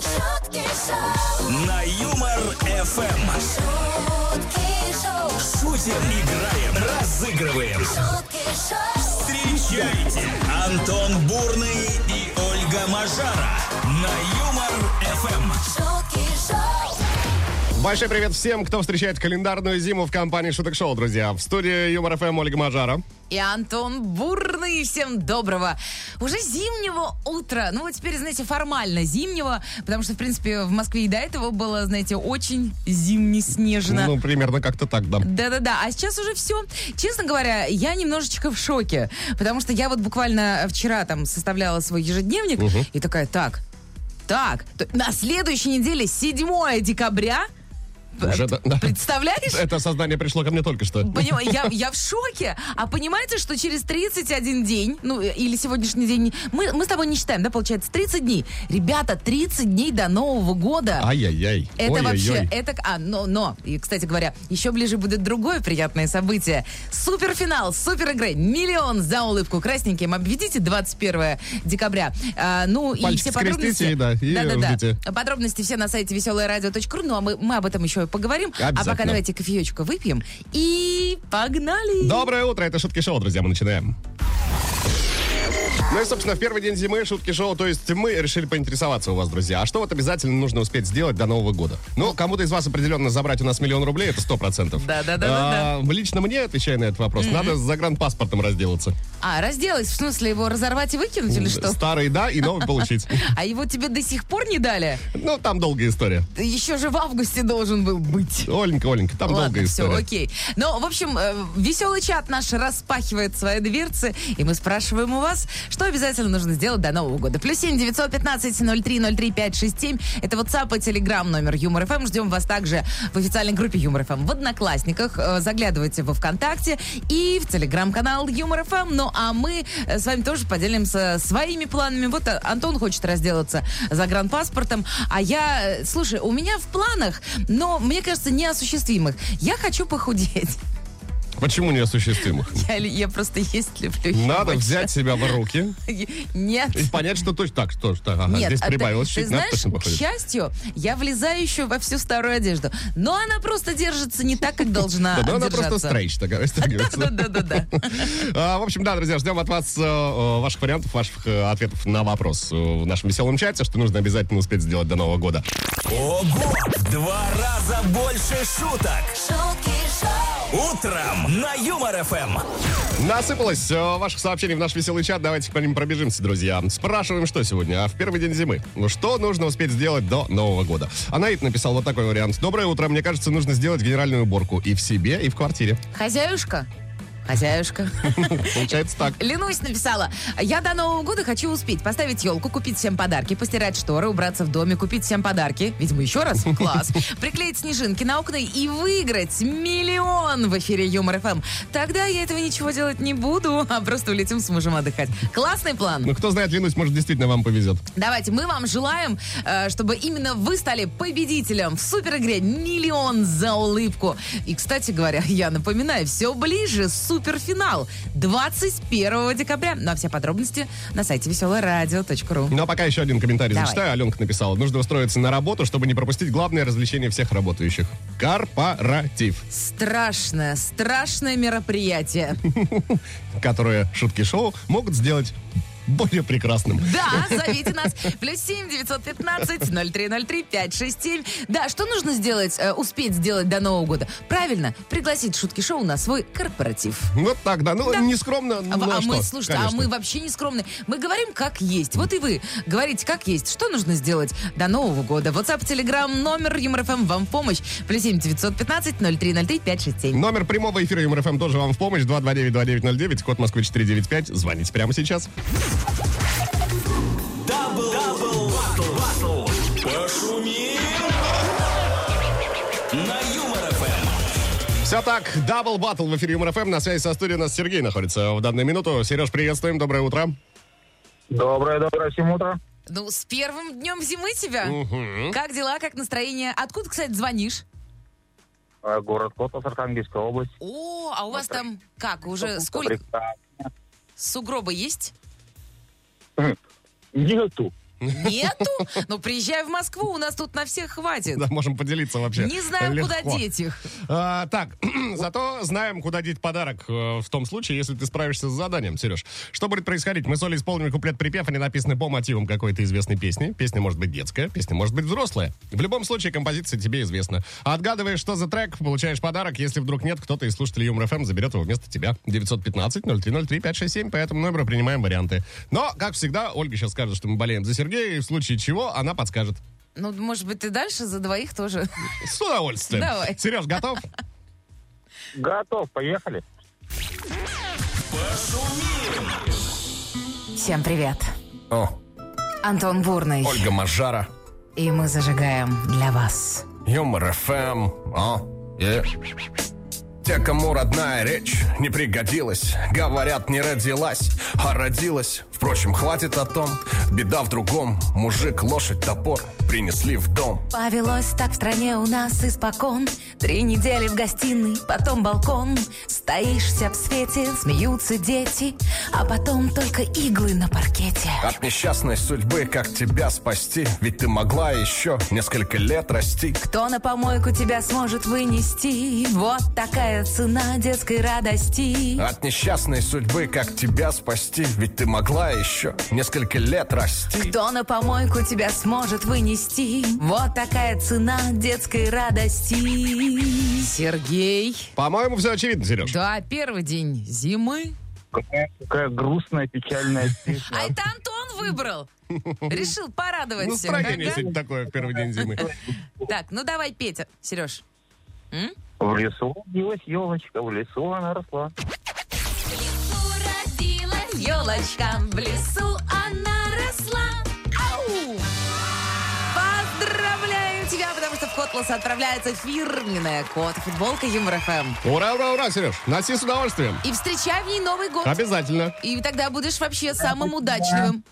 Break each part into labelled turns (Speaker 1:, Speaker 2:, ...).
Speaker 1: Шутки шоу,
Speaker 2: На Юмор ФМ
Speaker 1: шутки шоу,
Speaker 2: шутим, играем, разыгрываем.
Speaker 1: шутки шоу,
Speaker 2: Встречайте Антон Бурный и Ольга Мажара на Юмор Эм. ФМ.
Speaker 1: шутки шоу,
Speaker 3: Большой привет всем, кто встречает календарную зиму в компании Шуток Шоу, друзья. В студии Юмор ФМ Ольга Мажара.
Speaker 4: И Антон Бурный. Всем доброго. Уже зимнего утра. Ну вот теперь, знаете, формально зимнего, потому что, в принципе, в Москве и до этого было, знаете, очень зимне-снежно.
Speaker 3: Ну, примерно как-то так, да.
Speaker 4: Да-да-да, а сейчас уже все. Честно говоря, я немножечко в шоке, потому что я вот буквально вчера там составляла свой ежедневник
Speaker 3: Мгм.
Speaker 4: и такая, так, так, то- на следующей неделе 7 декабря,
Speaker 3: Уже, да, да.
Speaker 4: представляешь?
Speaker 3: Это сознание пришло ко мне только что.
Speaker 4: Поним- я, я в шоке. А понимаете, что через 31 день, ну, э, или сегодняшний день, мы, мы с тобой не считаем, да, получается, 30 дней. Ребята, 30 дней до Нового года.
Speaker 3: А Ай-яй-яй.
Speaker 4: Это
Speaker 3: Ой-ой-ой.
Speaker 4: вообще, это, к- а, но, но, и, кстати говоря, еще ближе будет другое приятное событие. Суперфинал, супер игры, миллион за улыбку красненьким. Обведите 21 декабря. А, ну, и
Speaker 3: Пальчики
Speaker 4: все
Speaker 3: скрестите,
Speaker 4: подробности...
Speaker 3: и да, и ждите.
Speaker 4: Подробности все на сайте веселоерадио.ру, ну, а мы, мы об этом еще и поговорим. А
Speaker 3: Обязательно.
Speaker 4: пока давайте кофеечку выпьем и погнали!
Speaker 3: Доброе утро, это Шутки Шоу, друзья, мы начинаем. Ну и, собственно, в первый день зимы шутки шоу, то есть мы решили поинтересоваться у вас, друзья, а что вот обязательно нужно успеть сделать до Нового года? Ну, кому-то из вас определенно забрать у нас миллион рублей, это сто процентов. А,
Speaker 4: Да-да-да-да-да.
Speaker 3: Лично мне, отвечая на этот вопрос, надо с загранпаспортом разделаться.
Speaker 4: А, разделась, в смысле его разорвать и выкинуть или что?
Speaker 3: Старый, да, и новый получить.
Speaker 4: А его тебе до сих пор не дали?
Speaker 3: Ну, там долгая история.
Speaker 4: Ты еще же в августе должен был быть.
Speaker 3: Оленька, Оленька, там долгая
Speaker 4: Ладно, все,
Speaker 3: история.
Speaker 4: окей. Ну, в общем, веселый чат наш распахивает свои дверцы, и мы спрашиваем у вас, что обязательно нужно сделать до Нового года. Плюс семь девятьсот пятнадцать ноль три ноль три пять шесть семь. Это WhatsApp и Telegram номер Юмор ФМ. Ждем вас также в официальной группе Юмор ФМ в Одноклассниках. Э, Заглядывайте во ВКонтакте и в Телеграм-канал Юмор ФМ. Ну, а мы э, с вами тоже поделимся своими планами. Вот э, Антон хочет разделаться загранпаспортом, а я, э, слушай, у меня в планах, но мне кажется, неосуществимых. Я хочу похудеть.
Speaker 3: Почему неосуществимых?
Speaker 4: Я, ли- я просто есть люблю. я
Speaker 3: Надо
Speaker 4: больше-
Speaker 3: взять себя в руки
Speaker 4: Нет.
Speaker 3: и понять, что точно так, что ж, так, ага,
Speaker 4: Нет,
Speaker 3: здесь
Speaker 4: а ты-
Speaker 3: прибавилось
Speaker 4: ты,
Speaker 3: чуть, надо
Speaker 4: знаешь,
Speaker 3: точно
Speaker 4: к
Speaker 3: походить.
Speaker 4: счастью, я влезаю еще во всю старую одежду. Но она просто держится не так, как должна
Speaker 3: Да, да, она просто
Speaker 4: держаться.
Speaker 3: стрейч такая, стягивается.
Speaker 4: Да-да-да-да.
Speaker 3: А, В общем, да, друзья, ждем от вас э, э, ваших вариантов, ваших э, ответов на вопрос э, в нашем веселом чате, что нужно обязательно успеть сделать до Нового года.
Speaker 2: Ого! В два раза больше шуток!
Speaker 1: шутки шоу,
Speaker 2: Утром на Юмор Эм. ФМ!
Speaker 3: Насыпалось э, ваших сообщений в наш веселый чат. Давайте по ним пробежимся, друзья. Спрашиваем, что сегодня, а в первый день зимы. Ну, Что нужно успеть сделать до Нового года? Анаит написал вот такой вариант. Доброе утро. Мне кажется, нужно сделать генеральную уборку и в себе, и в квартире.
Speaker 4: Хозяюшка? Хозяюшка.
Speaker 3: Получается так.
Speaker 4: Ленусь написала. Я до Нового года хочу успеть поставить елку, купить всем подарки, постирать шторы, убраться в доме, купить всем подарки. Видимо, еще раз. Класс. Приклеить снежинки на окна и выиграть миллион в эфире Юмор ФМ. Тогда я этого ничего делать не буду, а просто улетим с мужем отдыхать. Классный план.
Speaker 3: Ну, кто знает, Ленусь, может, действительно вам повезет.
Speaker 4: Давайте, мы вам желаем, э, чтобы именно вы стали победителем в суперигре «Миллион за улыбку». И, кстати говоря, я напоминаю, все ближе суперфинал 21 декабря. Ну а все подробности на сайте веселорадио.ру.
Speaker 3: Ну, а пока еще один комментарий
Speaker 4: Давай.
Speaker 3: зачитаю. Аленка написала. Нужно устроиться на работу, чтобы не пропустить главное развлечение всех работающих. Корпоратив.
Speaker 4: Страшное, страшное мероприятие.
Speaker 3: Которое шутки-шоу могут сделать более прекрасным.
Speaker 4: Да, зовите нас. Плюс семь девятьсот пятнадцать ноль три ноль три пять шесть семь. Да, что нужно сделать, э, успеть сделать до Нового года? Правильно, пригласить шутки-шоу на свой корпоратив.
Speaker 3: Вот так, да. Ну,
Speaker 4: Да.
Speaker 3: не скромно,
Speaker 4: А,
Speaker 3: но
Speaker 4: а
Speaker 3: что,
Speaker 4: мы, слушайте,
Speaker 3: конечно.
Speaker 4: а мы вообще не скромные. Мы говорим, как есть. Вот и вы говорите, как есть. Что нужно сделать до Нового года? WhatsApp, Telegram, номер ЮморФМ вам в помощь. Плюс семь девятьсот пятнадцать ноль три ноль три пять шесть семь.
Speaker 3: Номер прямого эфира МРФМ тоже вам в помощь. 229-2909, код Москвы 495. Звоните прямо сейчас.
Speaker 2: Дабл, дабл, батл, батл. Пошумим! На Юмор Эм. ФМ!
Speaker 3: Все так, дабл баттл в эфире МРФМ. На связи со студией у нас Сергей находится в данную минуту. Сереж, приветствуем, доброе утро.
Speaker 5: Доброе, доброе всем утро.
Speaker 4: Ну, с первым днем зимы тебя. Как дела, как настроение? Откуда, кстати, звонишь?
Speaker 5: Э, Город Котов, Архангельская область.
Speaker 4: О, а у вас
Speaker 5: так.
Speaker 4: там как? Уже
Speaker 5: Покупка
Speaker 4: сколько?
Speaker 5: прекрасна.
Speaker 4: Сугробы есть?
Speaker 5: Хм. Нету.
Speaker 4: Нету? Ну, приезжай в Москву, у нас тут на всех хватит.
Speaker 3: Да, можем поделиться вообще.
Speaker 4: Не знаем, куда
Speaker 3: Легко.
Speaker 4: деть их.
Speaker 3: А, так, зато знаем, куда деть подарок э, в том случае, если ты справишься с заданием, Сереж. Что будет происходить? Мы с Олей исполним куплет-припев, они написаны по мотивам какой-то известной песни. Песня может быть детская, песня может быть взрослая. В любом случае, композиция тебе известна. А Отгадываешь, что за трек, получаешь подарок. Если вдруг нет, кто-то из слушателей Юмор ФМ заберет его вместо тебя. 915-0303-567, по этому номеру принимаем варианты. Но, как всегда, Ольга сейчас скажет, что мы болеем за Сергея, и в случае чего она подскажет.
Speaker 4: Ну, может быть, ты дальше за двоих тоже.
Speaker 3: С удовольствием.
Speaker 4: Давай.
Speaker 3: Сереж, готов?
Speaker 5: Готов, поехали.
Speaker 4: Всем привет.
Speaker 2: О,
Speaker 4: Антон Бурный.
Speaker 2: Ольга Мажара,
Speaker 4: И мы зажигаем для вас.
Speaker 2: Юмор ФМ. О, э. Те, кому родная речь не пригодилась, говорят, не родилась, а родилась. Впрочем, хватит о том, беда в другом. Мужик, лошадь, топор принесли в дом.
Speaker 6: Повелось так в стране у нас испокон Три недели в гостиной, потом балкон Стоишься в свете, смеются дети А потом только иглы на паркете
Speaker 2: От несчастной судьбы, как тебя спасти? Ведь ты могла еще несколько лет расти.
Speaker 6: Кто на помойку тебя сможет вынести? Вот такая цена детской радости
Speaker 2: От несчастной судьбы, как тебя спасти? Ведь ты могла еще несколько лет расти.
Speaker 6: Кто на помойку тебя сможет вынести? Вот такая цена детской радости
Speaker 4: Сергей.
Speaker 3: По-моему, все очевидно, Сереж.
Speaker 4: Да, первый день зимы.
Speaker 5: Какая, какая грустная, печальная песня.
Speaker 4: А это Антон выбрал. Решил порадовать
Speaker 3: Ну,
Speaker 4: всех.
Speaker 3: Настроение
Speaker 4: Ага.
Speaker 3: сегодня такое в первый день зимы.
Speaker 4: Так, ну давай, Петя. Сереж.
Speaker 5: В лесу родилась елочка, в лесу она росла.
Speaker 1: Уродилась
Speaker 4: Елочка в лесу, она росла. Ау! Поздравляю тебя, потому что в Котлас отправляется фирменная кот футболка Юмор ФМ.
Speaker 3: Ура, ура, ура, Сереж. Носи с удовольствием.
Speaker 4: И встречай в ней Новый год.
Speaker 3: Обязательно.
Speaker 4: И тогда будешь вообще самым удачливым.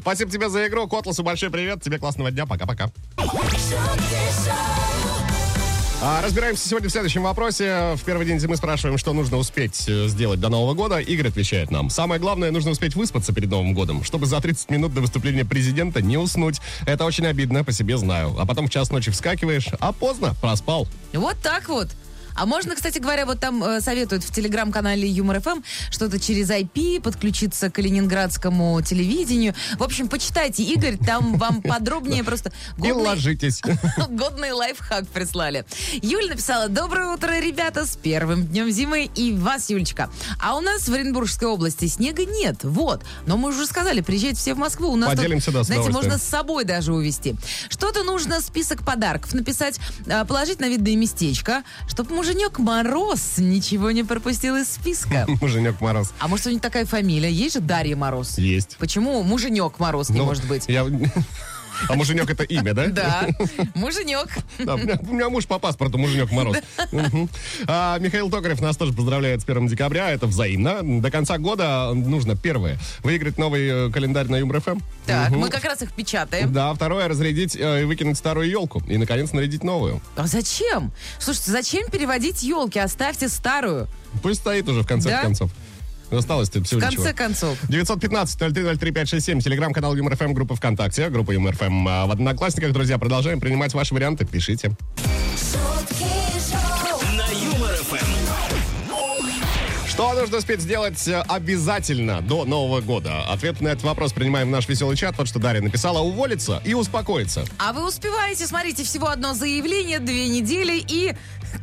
Speaker 3: Спасибо тебе за игру. Котласу большой привет. Тебе классного дня. Пока-пока.
Speaker 1: шутки шоу,
Speaker 3: А, разбираемся сегодня в следующем вопросе. В первый день зимы спрашиваем, что нужно успеть э, сделать до Нового года. Игорь отвечает нам. Самое главное, нужно успеть выспаться перед Новым годом, чтобы за 30 минут до выступления президента не уснуть. Это очень обидно, по себе знаю. А потом в час ночи вскакиваешь, а поздно проспал.
Speaker 4: Вот так вот. А можно, кстати говоря, вот там э, советуют в телеграм-канале Юмор ФМ что-то через IP подключиться к ленинградскому телевидению. В общем, почитайте, Игорь, там вам подробнее просто
Speaker 3: И
Speaker 4: годный-
Speaker 3: ложитесь.
Speaker 4: Годный лайфхак прислали. Юль написала, доброе утро, ребята, с первым днем зимы и вас, Юлечка. А у нас в Оренбургской области снега нет, вот. Но мы уже сказали, приезжайте все в Москву. У нас тут,
Speaker 3: Поделимся, да, с
Speaker 4: знаете,
Speaker 3: удовольствием.
Speaker 4: можно с собой даже увезти. Что-то нужно список подарков написать, а, положить на видное местечко, чтобы муженек Мороз ничего не пропустил из списка.
Speaker 3: Муженек Мороз.
Speaker 4: А может, у них такая фамилия? Есть же Дарья Мороз?
Speaker 3: Есть.
Speaker 4: Почему муженек Мороз не
Speaker 3: Ну,
Speaker 4: может быть?
Speaker 3: я- А муженек это имя, да?
Speaker 4: Да, муженек.
Speaker 3: Да, у, меня, у меня муж по паспорту, муженек Мороз. Мгм. А, Михаил Токарев нас тоже поздравляет с 1 декабря, это взаимно. До конца года э, нужно, первое, выиграть новый э, календарь на Юмор-ФМ.
Speaker 4: Так, мы как раз их печатаем.
Speaker 3: Да, второе, разрядить э, и выкинуть старую елку. И, наконец, нарядить новую.
Speaker 4: А зачем? Слушайте, зачем переводить елки? Оставьте старую.
Speaker 3: Пусть стоит уже в конце
Speaker 4: Да?
Speaker 3: концов. Осталось-то всего
Speaker 4: В конце
Speaker 3: ничего.
Speaker 4: концов.
Speaker 3: 915-0303-567, телеграм-канал ЮморФМ, группа ВКонтакте, группа ЮморФМ в Одноклассниках. Друзья, продолжаем принимать ваши варианты, пишите.
Speaker 1: шутки шоу,
Speaker 2: На Юмор ФМ.
Speaker 3: Что нужно успеть сделать э, обязательно до Нового года? Ответ на этот вопрос принимаем в наш веселый чат. Вот что Дарья написала. Уволиться и успокоиться.
Speaker 4: А вы успеваете, смотрите, всего одно заявление, две недели и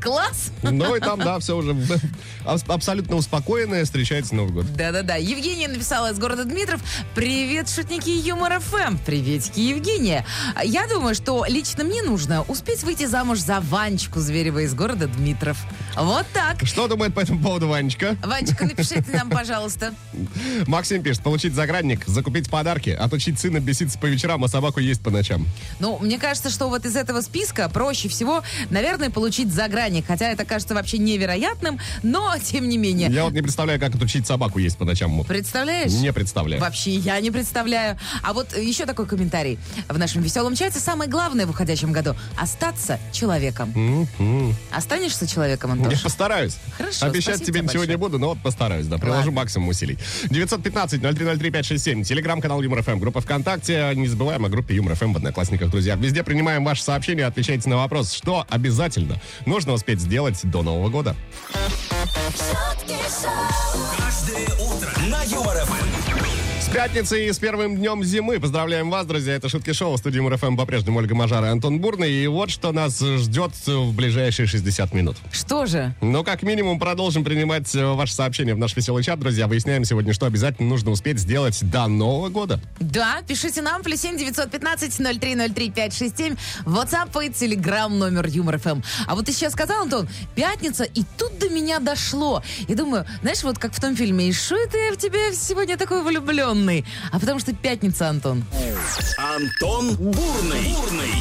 Speaker 4: класс.
Speaker 3: Ну и там, да, все уже б- абс- абсолютно успокоенное встречается Новый год.
Speaker 4: Да-да-да. Евгения написала из города Дмитров. Привет, шутники Юмор ФМ. Приветики, Евгения. А Я думаю, что лично мне нужно успеть выйти замуж за Ванечку Зверева из города Дмитров. Вот так.
Speaker 3: Что думает по этому поводу Ванечка?
Speaker 4: Ванечка, напишите нам, пожалуйста.
Speaker 3: Максим пишет, получить загранник, закупить подарки, отучить сына беситься по вечерам, а собаку есть по ночам.
Speaker 4: Ну, мне кажется, что вот из этого списка проще всего, наверное, получить загранник охранник. Хотя это кажется вообще невероятным, но тем не менее.
Speaker 3: Я вот не представляю, как отучить собаку есть по ночам. мог.
Speaker 4: Представляешь?
Speaker 3: Не представляю.
Speaker 4: Вообще я не представляю. А вот еще такой комментарий. В нашем веселом чате самое главное в уходящем году – остаться человеком. Останешься человеком, Антон?
Speaker 3: Я постараюсь.
Speaker 4: Хорошо,
Speaker 3: Обещать
Speaker 4: спасибо
Speaker 3: тебе
Speaker 4: тебя
Speaker 3: ничего не
Speaker 4: большое.
Speaker 3: буду, но вот постараюсь, да. Приложу
Speaker 4: Ладно.
Speaker 3: максимум усилий. 915-0303-567. Телеграм-канал Юмор ФМ. Группа ВКонтакте. Не забываем о группе Юмор ФМ в Одноклассниках, друзья. Везде принимаем ваши сообщения, отвечайте на вопрос, что обязательно нужно успеть сделать до Нового года.
Speaker 1: шутки шоу,
Speaker 7: Каждое утро на Юмор Эм. ФМ.
Speaker 3: С пятницей и с первым днем зимы. Поздравляем вас, друзья. Это Шутки Шоу. В студии Юмор ФМ по-прежнему Ольга Мажара и Антон Бурный. И вот что нас ждет в ближайшие 60 минут.
Speaker 4: Что же?
Speaker 3: Но Ну, как минимум продолжим принимать э, ваши сообщения в наш веселый чат, друзья. Выясняем сегодня, что обязательно нужно успеть сделать до Нового года.
Speaker 4: Да, пишите нам, плюс семь девятьсот пятнадцать ноль три ноль три пять шесть семь, WhatsApp и Telegram номер Юмор ФМ. А вот ты сейчас сказал, Антон, пятница, и тут до меня дошло. И думаю, знаешь, вот как в том фильме, и шо это я в тебя сегодня такой влюбленный? А потому что пятница, Антон.
Speaker 7: Антон Бурный. Бурный.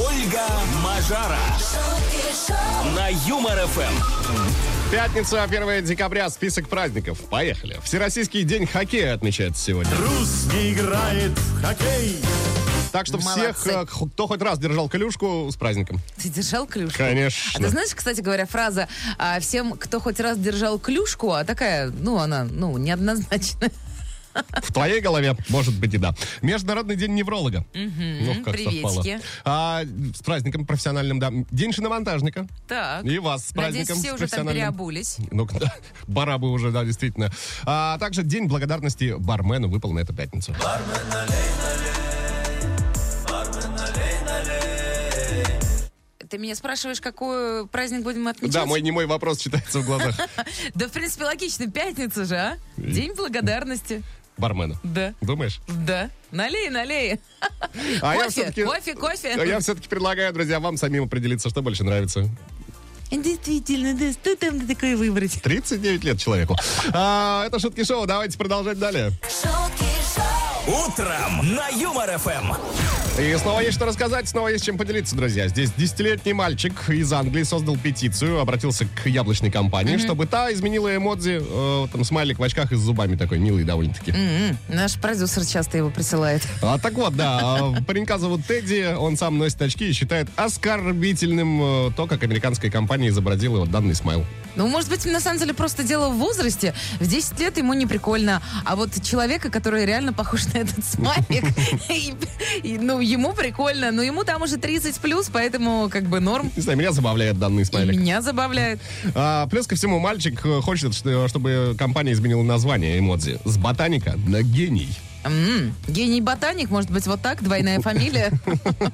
Speaker 7: Ольга Мажара.
Speaker 1: шутки шоу,
Speaker 7: На Юмор Эм. ФМ.
Speaker 3: Пятница, 1 декабря, список праздников. Поехали. Всероссийский день хоккея отмечается сегодня.
Speaker 7: Русский играет в хоккей.
Speaker 3: Так что всех,
Speaker 4: Молодцы.
Speaker 3: э, хо- кто хоть раз держал колюшку, с праздником.
Speaker 4: Ты держал клюшку?
Speaker 3: Конечно.
Speaker 4: А ты знаешь, кстати говоря, фраза а, «всем, кто хоть раз держал клюшку», а такая, ну, она, ну, неоднозначная.
Speaker 3: В твоей голове, может быть, и да. Международный день невролога. ну, как
Speaker 4: приветики.
Speaker 3: совпало. А, с праздником профессиональным, да. День шиномонтажника.
Speaker 4: Так.
Speaker 3: И вас с
Speaker 4: Надеюсь,
Speaker 3: праздником.
Speaker 4: все
Speaker 3: с
Speaker 4: уже там
Speaker 3: профессиональным.
Speaker 4: переобулись.
Speaker 3: Ну, да, барабы уже, да, действительно. А также День благодарности бармену выпал на эту пятницу.
Speaker 4: Ты меня спрашиваешь, какой праздник будем отмечать?
Speaker 3: Да, мой немой вопрос читается в глазах
Speaker 4: Да, в принципе, логично. Пятница же, а? День благодарности.
Speaker 3: бармена.
Speaker 4: Да.
Speaker 3: Думаешь?
Speaker 4: Да. Налей, налей.
Speaker 3: А
Speaker 4: Кофе, кофе, кофе.
Speaker 3: А Я все-таки предлагаю, друзья, вам самим определиться, что больше нравится.
Speaker 4: Действительно, да, что там такое выбрать?
Speaker 3: 39 лет человеку. А, это шутки шоу. Давайте продолжать далее.
Speaker 1: шутки шоу,
Speaker 7: Утром на Юмор Эм. ФМ.
Speaker 3: И снова есть что рассказать, снова есть чем поделиться, друзья. Здесь 10-летний мальчик из Англии создал петицию, обратился к яблочной компании, чтобы та изменила эмодзи. э, там смайлик в очках и с зубами такой милый довольно-таки.
Speaker 4: Наш продюсер часто его присылает.
Speaker 3: А, так вот, да, э, паренька зовут Тедди, он сам носит очки и считает оскорбительным э, то, как американская компания изобразила его данный смайл.
Speaker 4: Ну, может быть, на самом деле просто дело в возрасте. В 10 лет ему не прикольно. А вот человека, который реально похож на этот смайлик, и- и, ну, ему прикольно. Но ему там уже 30 плюс, поэтому как бы норм.
Speaker 3: Не знаю, меня забавляет данный
Speaker 4: И
Speaker 3: смайлик.
Speaker 4: меня забавляет.
Speaker 3: А, плюс ко всему, мальчик э, хочет, что- чтобы компания изменила название эмодзи с ботаника на гений.
Speaker 4: М, Гений ботаник, М-м. может быть, вот так, двойная фамилия.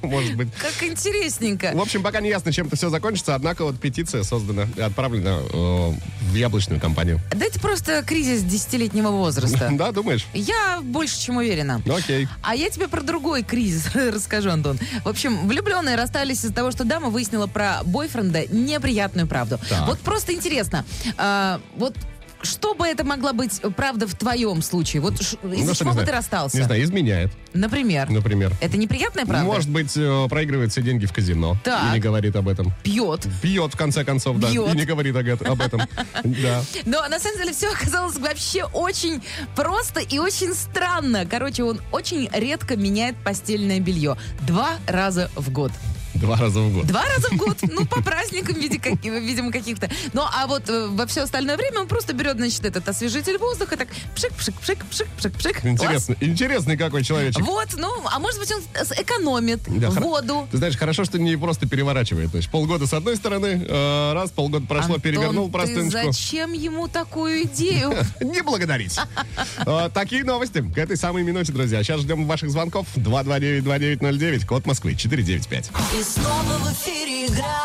Speaker 3: Может быть.
Speaker 4: Как интересненько.
Speaker 3: В общем, пока не ясно, чем это все закончится, однако вот петиция создана и отправлена э, в яблочную компанию.
Speaker 4: Да это просто кризис десятилетнего возраста.
Speaker 3: Да, думаешь?
Speaker 4: Я больше чем уверена.
Speaker 3: Ну, Окей.
Speaker 4: А я тебе про другой кризис расскажу, Антон. В общем, влюбленные расстались из-за того, что дама выяснила про бойфренда неприятную правду.
Speaker 3: Так.
Speaker 4: Вот просто интересно, а, вот что бы это могла быть правда в твоем случае? Вот ш- из-за
Speaker 3: Ну, что, не
Speaker 4: чего бы
Speaker 3: знаю.
Speaker 4: ты расстался?
Speaker 3: Не знаю, Ну, изменяет,
Speaker 4: Например.
Speaker 3: например.
Speaker 4: Это неприятная правда?
Speaker 3: Может быть, э, проигрывает все деньги в казино.
Speaker 4: Так.
Speaker 3: И не говорит об этом.
Speaker 4: Пьет.
Speaker 3: Бьет, в конце концов, да.
Speaker 4: Бьет.
Speaker 3: И не говорит об об этом. Да.
Speaker 4: Но на самом деле все оказалось вообще очень просто и очень странно. Короче, он очень редко меняет постельное белье. Два раза в год.
Speaker 3: Два раза в год.
Speaker 4: Два раза в год, ну, по праздникам, в виде как- видимо, каких-то. Ну, а вот э, во все остальное время он просто берет, значит, этот освежитель воздуха, так пшик-пшик-пшик-пшик-пшик-пшик. Класс.
Speaker 3: Интересно, интересный какой человечек.
Speaker 4: Вот, ну, а может быть, он сэкономит
Speaker 3: Да, хоро-
Speaker 4: воду.
Speaker 3: Ты знаешь, хорошо, что не просто переворачивает. То есть полгода с одной стороны, э, раз, полгода прошло,
Speaker 4: Антон,
Speaker 3: перевернул
Speaker 4: ты
Speaker 3: простыночку.
Speaker 4: зачем ему такую идею?
Speaker 3: Не благодарить. Э, Такие новости к этой самой минуте, друзья. Сейчас ждем ваших звонков. 229-2909, код Москвы, 495.
Speaker 1: и снова в эфире игра.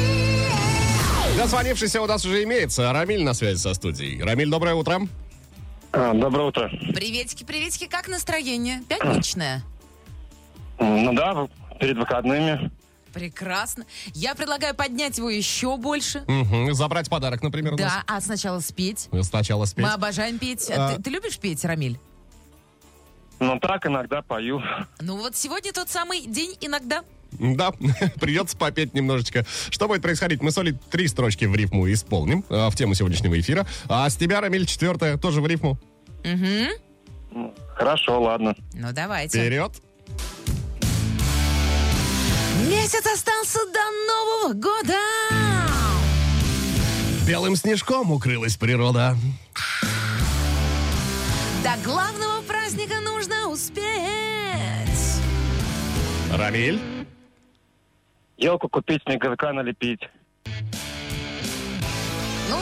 Speaker 1: Звони,
Speaker 3: Дозвонившийся у нас уже имеется. Рамиль на связи со студией. Рамиль, доброе утро.
Speaker 5: А, доброе утро.
Speaker 4: Приветики, приветики, как настроение? Пятничное?
Speaker 5: М, Ну да, перед выходными.
Speaker 4: Прекрасно. Я предлагаю поднять его еще больше.
Speaker 3: Мгм, Забрать подарок, например, у
Speaker 4: Да, а сначала спеть.
Speaker 3: нас. Сначала спеть.
Speaker 4: Мы обожаем петь.
Speaker 3: А-
Speaker 4: Ты, ты любишь петь, Рамиль?
Speaker 5: Ну так иногда пою.
Speaker 4: Ну вот сегодня тот самый день иногда.
Speaker 3: Да, придется попеть немножечко. Что будет происходить? Мы соли три строчки в рифму исполним а, в тему сегодняшнего эфира. А с тебя, Рамиль, четвертая тоже в рифму.
Speaker 4: Мгм.
Speaker 5: Ну, Хорошо, ладно.
Speaker 4: Ну давайте.
Speaker 3: Вперед.
Speaker 4: Месяц остался до Нового года.
Speaker 3: Белым снежком укрылась природа.
Speaker 4: До главного праздника нужно успеть.
Speaker 3: Рамиль.
Speaker 5: Елку купить, снеговика налепить.
Speaker 4: Ну,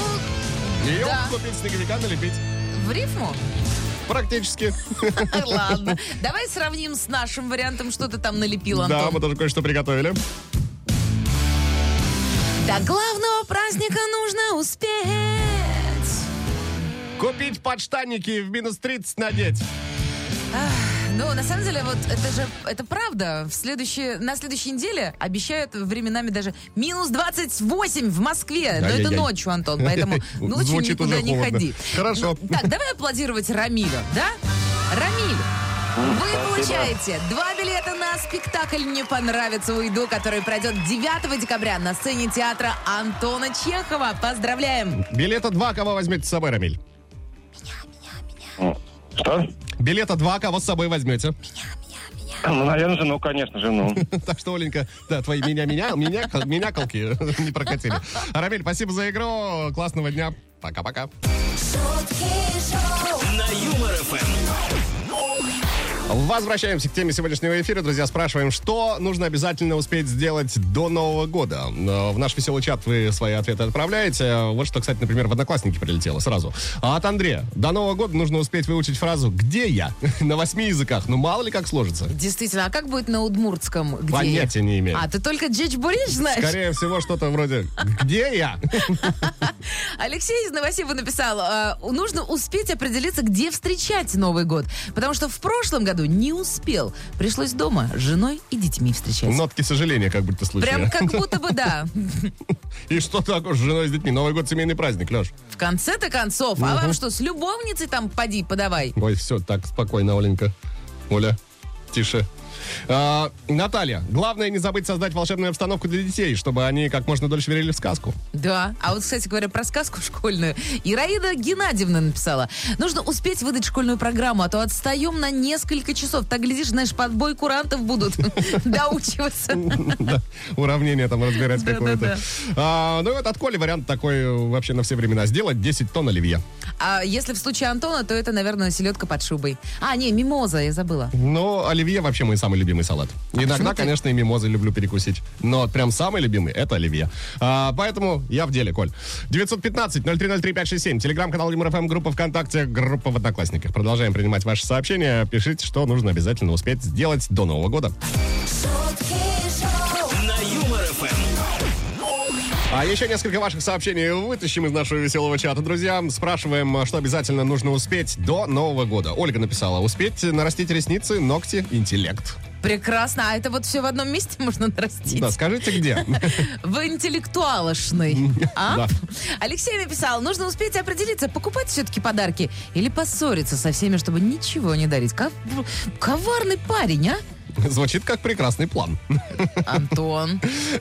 Speaker 3: Ее
Speaker 4: Да.
Speaker 3: купить снеговика налепить.
Speaker 4: в рифму?
Speaker 3: Практически.
Speaker 4: Ладно. Давай сравним с нашим вариантом, что ты там налепил,
Speaker 3: Да,
Speaker 4: Антон.
Speaker 3: мы тоже кое-что приготовили.
Speaker 4: До главного праздника нужно успеть.
Speaker 3: Купить подштанники и в минус 30 надеть.
Speaker 4: Ну, на самом деле, вот это же, это правда. В следующее, на следующей неделе обещают временами даже минус 28 в Москве. Но это
Speaker 3: Ай-яй-яй.
Speaker 4: ночью, Антон, поэтому ночью
Speaker 3: Звучит
Speaker 4: никуда
Speaker 3: уже
Speaker 4: не
Speaker 3: холодно.
Speaker 4: ходи.
Speaker 3: Хорошо.
Speaker 4: Ну, Так, давай аплодировать Рамилю, да? Рамиль, вы
Speaker 5: спасибо.
Speaker 4: получаете два билета на спектакль «Не понравится уйду», который пройдет 9 декабря на сцене театра Антона Чехова. Поздравляем!
Speaker 3: Билета два кого возьмете с собой, Рамиль?
Speaker 5: Ну, Что?
Speaker 3: Билета два кого с собой возьмете?
Speaker 5: Ну, наверное, жену, конечно, жену.
Speaker 3: Так что, Оленька, да, твои меня-меня, меня, меня колки не прокатили. Рамиль, спасибо за игру, классного дня, пока-пока.
Speaker 1: шутки шоу,
Speaker 7: На Юмор Эм. ФМ.
Speaker 3: Возвращаемся к теме сегодняшнего эфира, друзья. Спрашиваем, что нужно обязательно успеть сделать до Нового года. Э, В наш веселый чат вы свои ответы отправляете. Вот что, кстати, например, в Одноклассники прилетело сразу. А от Андрея. До Нового года нужно успеть выучить фразу «Где я?» на восьми языках. Ну, мало ли как сложится.
Speaker 4: Действительно, а как будет на удмуртском? Где я?
Speaker 3: Понятия не имею.
Speaker 4: А, ты только Джечбурич знаешь?
Speaker 3: Скорее всего, что-то вроде «Где я?»
Speaker 4: Алексей из Новосиба написал, э, нужно успеть определиться, где встречать Новый год. Потому что в прошлом году не успел. Пришлось дома с женой и детьми встречать.
Speaker 3: Нотки сожаления как будто слышали.
Speaker 4: Прям как будто бы да.
Speaker 3: И что такое с женой с детьми? Новый год семейный праздник, Леш.
Speaker 4: В конце-то концов. А вам что, с любовницей там поди, подавай?
Speaker 3: Ой, все, так спокойно, Оленька. Оля, тише. А, Наталья, главное не забыть создать волшебную обстановку для детей, чтобы они как можно дольше верили в сказку.
Speaker 4: Да. А вот, кстати говоря, про сказку школьную. Ираида Геннадьевна написала. Нужно успеть выдать школьную программу, а то отстаем на несколько часов. Так, глядишь, знаешь, под бой курантов будут доучиваться.
Speaker 3: Да, Уравнение там разбирать
Speaker 4: Да, да,
Speaker 3: какое-то.
Speaker 4: да.
Speaker 3: А, Ну и вот от Коли вариант такой э, вообще на все времена. Сделать 10 тонн оливье.
Speaker 4: А если в случае Антона, то это, наверное, селедка под шубой. А, не, мимоза, я забыла.
Speaker 3: Но оливье вообще мой самый любимый салат.
Speaker 4: А почему
Speaker 3: Иногда,
Speaker 4: ты-
Speaker 3: конечно, и мимозы люблю перекусить. Но вот прям самый любимый это оливье. А, поэтому я в деле, Коль. 915-0303-567. Телеграм-канал ЮморФМ, группа ВКонтакте, группа в Одноклассниках. Продолжаем принимать ваши сообщения. Пишите, что нужно обязательно успеть сделать до Нового года.
Speaker 1: шутки шоу,
Speaker 7: На Юмор Эм. ФМ.
Speaker 3: А еще несколько ваших сообщений вытащим из нашего веселого чата, друзья. Спрашиваем, а, что обязательно нужно успеть до Нового года. Ольга написала, успеть нарастить ресницы, ногти, интеллект.
Speaker 4: Прекрасно. А это вот все в одном месте можно нарастить?
Speaker 3: Да, скажите, где?
Speaker 4: В интеллектуалошной. А?
Speaker 3: Да.
Speaker 4: Алексей написал, нужно успеть определиться, покупать все-таки подарки или поссориться со всеми, чтобы ничего не дарить. Ков- Коварный парень, а?
Speaker 3: Звучит как прекрасный план.
Speaker 4: Антон.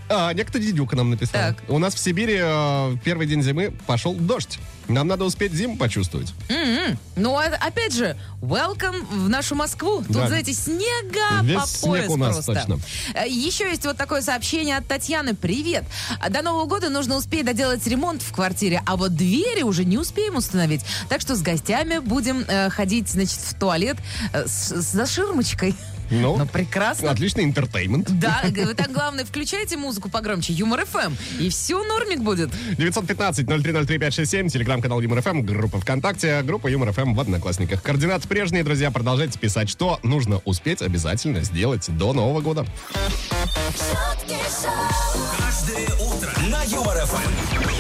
Speaker 3: А, некто Дидюка нам написал.
Speaker 4: Так.
Speaker 3: У нас в Сибири э, в первый день зимы пошел дождь. Нам надо успеть зиму почувствовать.
Speaker 4: М-м. Ну, а- опять же, welcome в нашу Москву. Тут,
Speaker 3: Да.
Speaker 4: знаете, снега
Speaker 3: Весь
Speaker 4: по
Speaker 3: снег
Speaker 4: пояс
Speaker 3: у нас
Speaker 4: просто.
Speaker 3: точно.
Speaker 4: Э, Еще есть вот такое сообщение от Татьяны. Привет. А До Нового года нужно успеть доделать ремонт в квартире, а вот двери уже не успеем установить. Так что с гостями будем э, ходить, значит, в туалет э, с- с- за ширмочкой.
Speaker 3: Ну,
Speaker 4: Ну, прекрасно.
Speaker 3: Отличный интертеймент.
Speaker 4: Да, г- вы так главное, включайте музыку погромче, Юмор ФМ, и все нормик будет.
Speaker 3: 915-0303-567, телеграм-канал Юмор ФМ, группа ВКонтакте, группа Юмор ФМ в Одноклассниках. Координаты прежние, друзья, продолжайте писать, что нужно успеть обязательно сделать до Нового года.
Speaker 1: шутки шоу.
Speaker 7: Каждое утро на Юмор Эм. ФМ.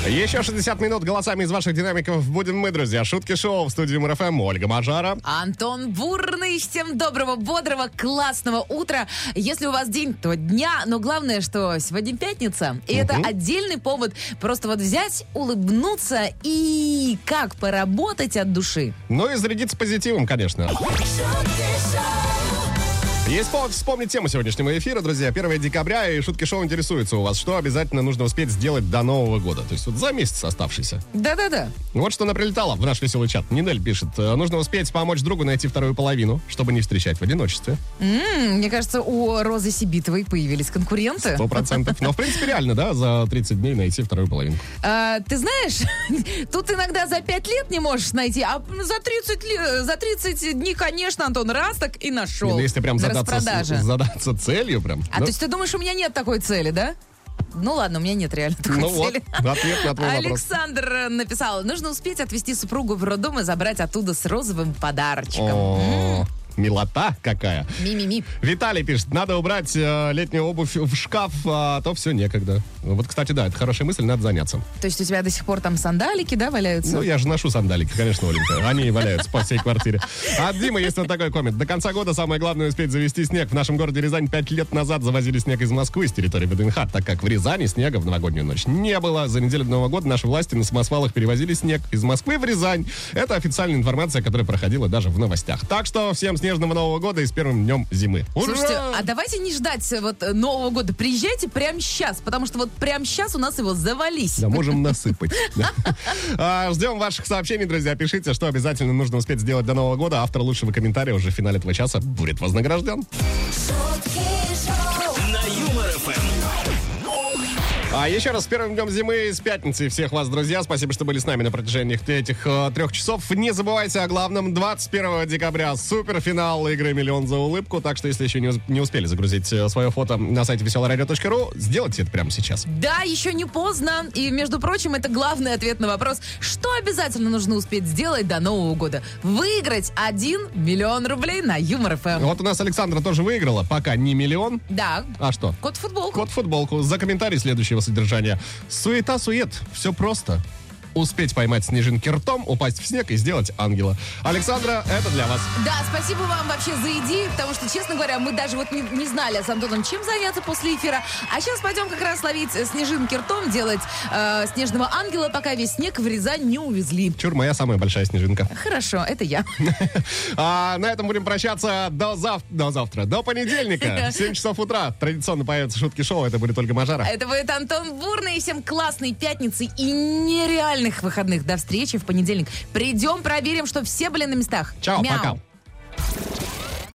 Speaker 3: Еще 60 минут голосами из ваших динамиков будем мы, друзья. Шутки шоу в студии Юмор ФМ. Ольга Эм. Мажара.
Speaker 4: Антон Бурный, всем доброго, бодрого, классного утра. Если у вас день, то дня. Но главное, что сегодня пятница. И это отдельный повод просто вот взять, улыбнуться и как поработать от души.
Speaker 3: Ну и зарядиться позитивом, конечно.
Speaker 1: шутки шоу,
Speaker 3: Есть повод вспомнить тему сегодняшнего эфира, друзья. 1 декабря, и шутки шоу интересуются у вас, что обязательно нужно успеть сделать до Нового года. То есть вот за месяц оставшийся.
Speaker 4: Да-да-да.
Speaker 3: Вот что она прилетала в наш веселый чат. Нинель пишет, э, нужно успеть помочь другу найти вторую половину, чтобы не встречать в одиночестве.
Speaker 4: М, Мне кажется, у Розы Сибитовой появились конкуренты.
Speaker 3: Сто процентов. Но, в принципе, реально, да, за 30 дней найти вторую половинку.
Speaker 4: А, ты знаешь, тут иногда за 5 лет не можешь найти, а за 30, ле- за 30 дней, конечно, Антон, раз так и нашел.
Speaker 3: Не, ну, если прям
Speaker 4: За
Speaker 3: задаться, с-
Speaker 4: распродажа.
Speaker 3: задаться целью прям.
Speaker 4: А
Speaker 3: ну,
Speaker 4: то есть ты думаешь, у меня нет такой цели, да? Ну ладно, у меня нет реально такой
Speaker 3: ну вот,
Speaker 4: цели.
Speaker 3: ответ на твой вопрос.
Speaker 4: Александр э, написал, нужно успеть отвезти супругу в роддом и забрать оттуда с розовым подарочком.
Speaker 3: О, милота какая.
Speaker 4: Ми-ми-ми.
Speaker 3: Виталий пишет, надо убрать э, летнюю обувь в шкаф, а то все некогда. Ну, Вот, кстати, да, это хорошая мысль, надо заняться.
Speaker 4: То есть у тебя до сих пор там сандалики, да, валяются?
Speaker 3: Ну, я же ношу сандалики, конечно, Оленька. Они валяются по всей квартире. А От Димы есть вот такой коммент. До конца года самое главное успеть завести снег. В нашем городе Рязань пять лет назад завозили снег из Москвы с территории ВДНХ, так как в Рязани снега в новогоднюю ночь не было. За неделю до Нового года наши власти на самосвалах перевозили снег из Москвы в Рязань. Это официальная информация, которая проходила даже в новостях. Так что всем снежного Нового года и с первым днем зимы. Ура!
Speaker 4: Слушайте, а давайте не ждать э, вот э, Нового года. Приезжайте прямо сейчас, потому что вот прямо сейчас у нас его завались.
Speaker 3: Да, можем насыпать. Да. А, Ждем ваших сообщений, друзья. Пишите, что обязательно нужно успеть сделать до Нового года. Автор лучшего комментария уже в финале этого часа будет вознагражден.
Speaker 1: шутки шоу,
Speaker 7: На Юмор Эм. ФМ.
Speaker 3: А еще раз с первым днем зимы, с пятницы всех вас, друзья. Спасибо, что были с нами на протяжении этих, этих, э, трех часов. Не забывайте о главном. 21 декабря суперфинал игры «Миллион за улыбку». Так что, если еще не, уз- не успели загрузить э, свое фото на сайте веселорадио.ру, сделайте это прямо сейчас.
Speaker 4: Да, еще не поздно. И, между прочим, это главный ответ на вопрос, что обязательно нужно успеть сделать до Нового года. Выиграть 1 миллион рублей на Юмор ФМ.
Speaker 3: Вот у нас Александра тоже выиграла. Пока не миллион.
Speaker 4: Да,
Speaker 3: А что?
Speaker 4: кот в футболку.
Speaker 3: Код футболку за комментарий следующего содержания. Суета-сует, все просто. Успеть поймать снежинки ртом, упасть в снег и сделать ангела. Александра, это для вас.
Speaker 4: Да, спасибо вам вообще за идеи, потому что, честно говоря, мы даже вот не, не знали с Антоном, чем заняться после эфира. А сейчас пойдем как раз ловить э, снежинки ртом, делать э, снежного ангела, пока весь снег в Рязань не увезли.
Speaker 3: Чур, моя самая большая снежинка.
Speaker 4: Хорошо, это я.
Speaker 3: А на этом будем прощаться до, зав... до завтра, до понедельника. В 7 часов утра традиционно появятся шутки шоу. Это будет Ольга Мажара.
Speaker 4: Это будет Антон Бурный. Всем классной пятницы и нереальных выходных. До встречи в понедельник. Придем, проверим, что все были на местах.
Speaker 3: Чао,
Speaker 4: Мяу.
Speaker 3: пока.